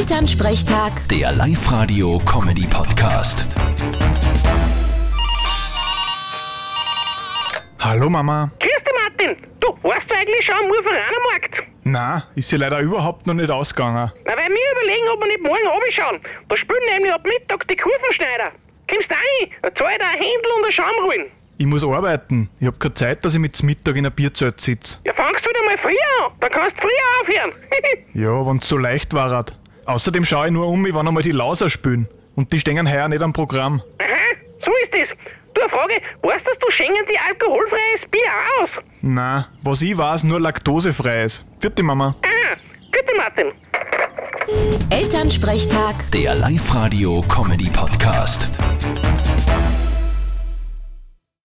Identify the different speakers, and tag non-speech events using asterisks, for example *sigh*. Speaker 1: Elternsprechtag,
Speaker 2: Der Live-Radio-Comedy-Podcast.
Speaker 3: Hallo Mama.
Speaker 4: Grüß dich, Martin. Du, warst du eigentlich schon am Murferanermarkt?
Speaker 3: Na, ist sie leider überhaupt noch nicht ausgegangen.
Speaker 4: Na, weil wir überlegen, ob wir nicht morgen runterschauen. Da spielen nämlich ab Mittag die Kurvenschneider. Kommst du rein, dann zahl dir ein Händel und ein Schaumrollen.
Speaker 3: Ich muss arbeiten. Ich hab keine Zeit, dass ich mit zum Mittag in der Bierzelt sitz.
Speaker 4: Ja, fangst wieder mal früher an, dann kannst du früher aufhören. *laughs*
Speaker 3: Ja, wenn's so leicht war. halt. Außerdem schaue ich nur um, mich, wann einmal die Lauser spielen. Und die stehen heuer nicht am Programm.
Speaker 4: Aha, so ist es. Du, eine Frage, weißt du, dass du schenken die alkoholfreies Bier auch aus?
Speaker 3: Na, was ich weiß, nur laktosefreies. Vierte Mama.
Speaker 4: Aha, bitte, Ah, Martin.
Speaker 1: Elternsprechtag.
Speaker 2: Der Live-Radio-Comedy-Podcast.